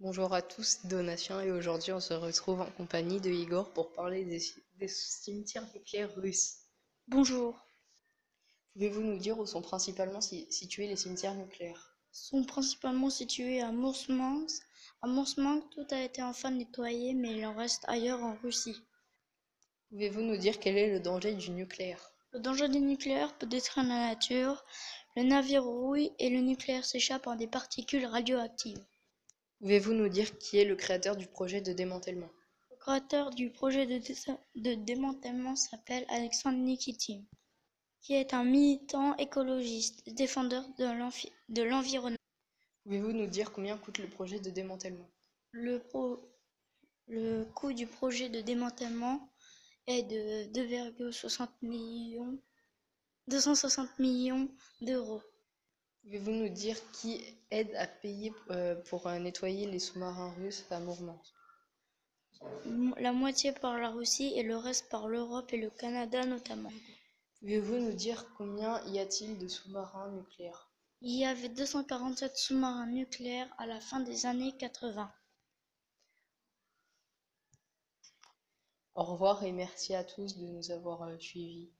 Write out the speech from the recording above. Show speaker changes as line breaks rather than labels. Bonjour à tous, Donatien, et aujourd'hui on se retrouve en compagnie de Igor pour parler des, des cimetières nucléaires russes.
Bonjour.
Pouvez-vous nous dire où sont principalement si- situés les cimetières nucléaires
Sont principalement situés à Mourmansk. À Mourmansk, tout a été enfin nettoyé, mais il en reste ailleurs en Russie.
Pouvez-vous nous dire quel est le danger du nucléaire
Le danger du nucléaire peut détruire la nature, le navire rouille et le nucléaire s'échappe en des particules radioactives.
Pouvez-vous nous dire qui est le créateur du projet de démantèlement
Le créateur du projet de, dé- de démantèlement s'appelle Alexandre Nikitin, qui est un militant écologiste, défendeur de l'envi- de l'environnement.
Pouvez-vous nous dire combien coûte le projet de démantèlement
Le, pro- le coût du projet de démantèlement est de 2,60 millions, 260 millions d'euros.
Pouvez-vous nous dire qui aide à payer euh, pour euh, nettoyer les sous-marins russes à Mourmansk
Mo- La moitié par la Russie et le reste par l'Europe et le Canada notamment.
Pouvez-vous nous dire combien y a-t-il de sous-marins nucléaires
Il y avait 247 sous-marins nucléaires à la fin des années 80.
Au revoir et merci à tous de nous avoir euh, suivis.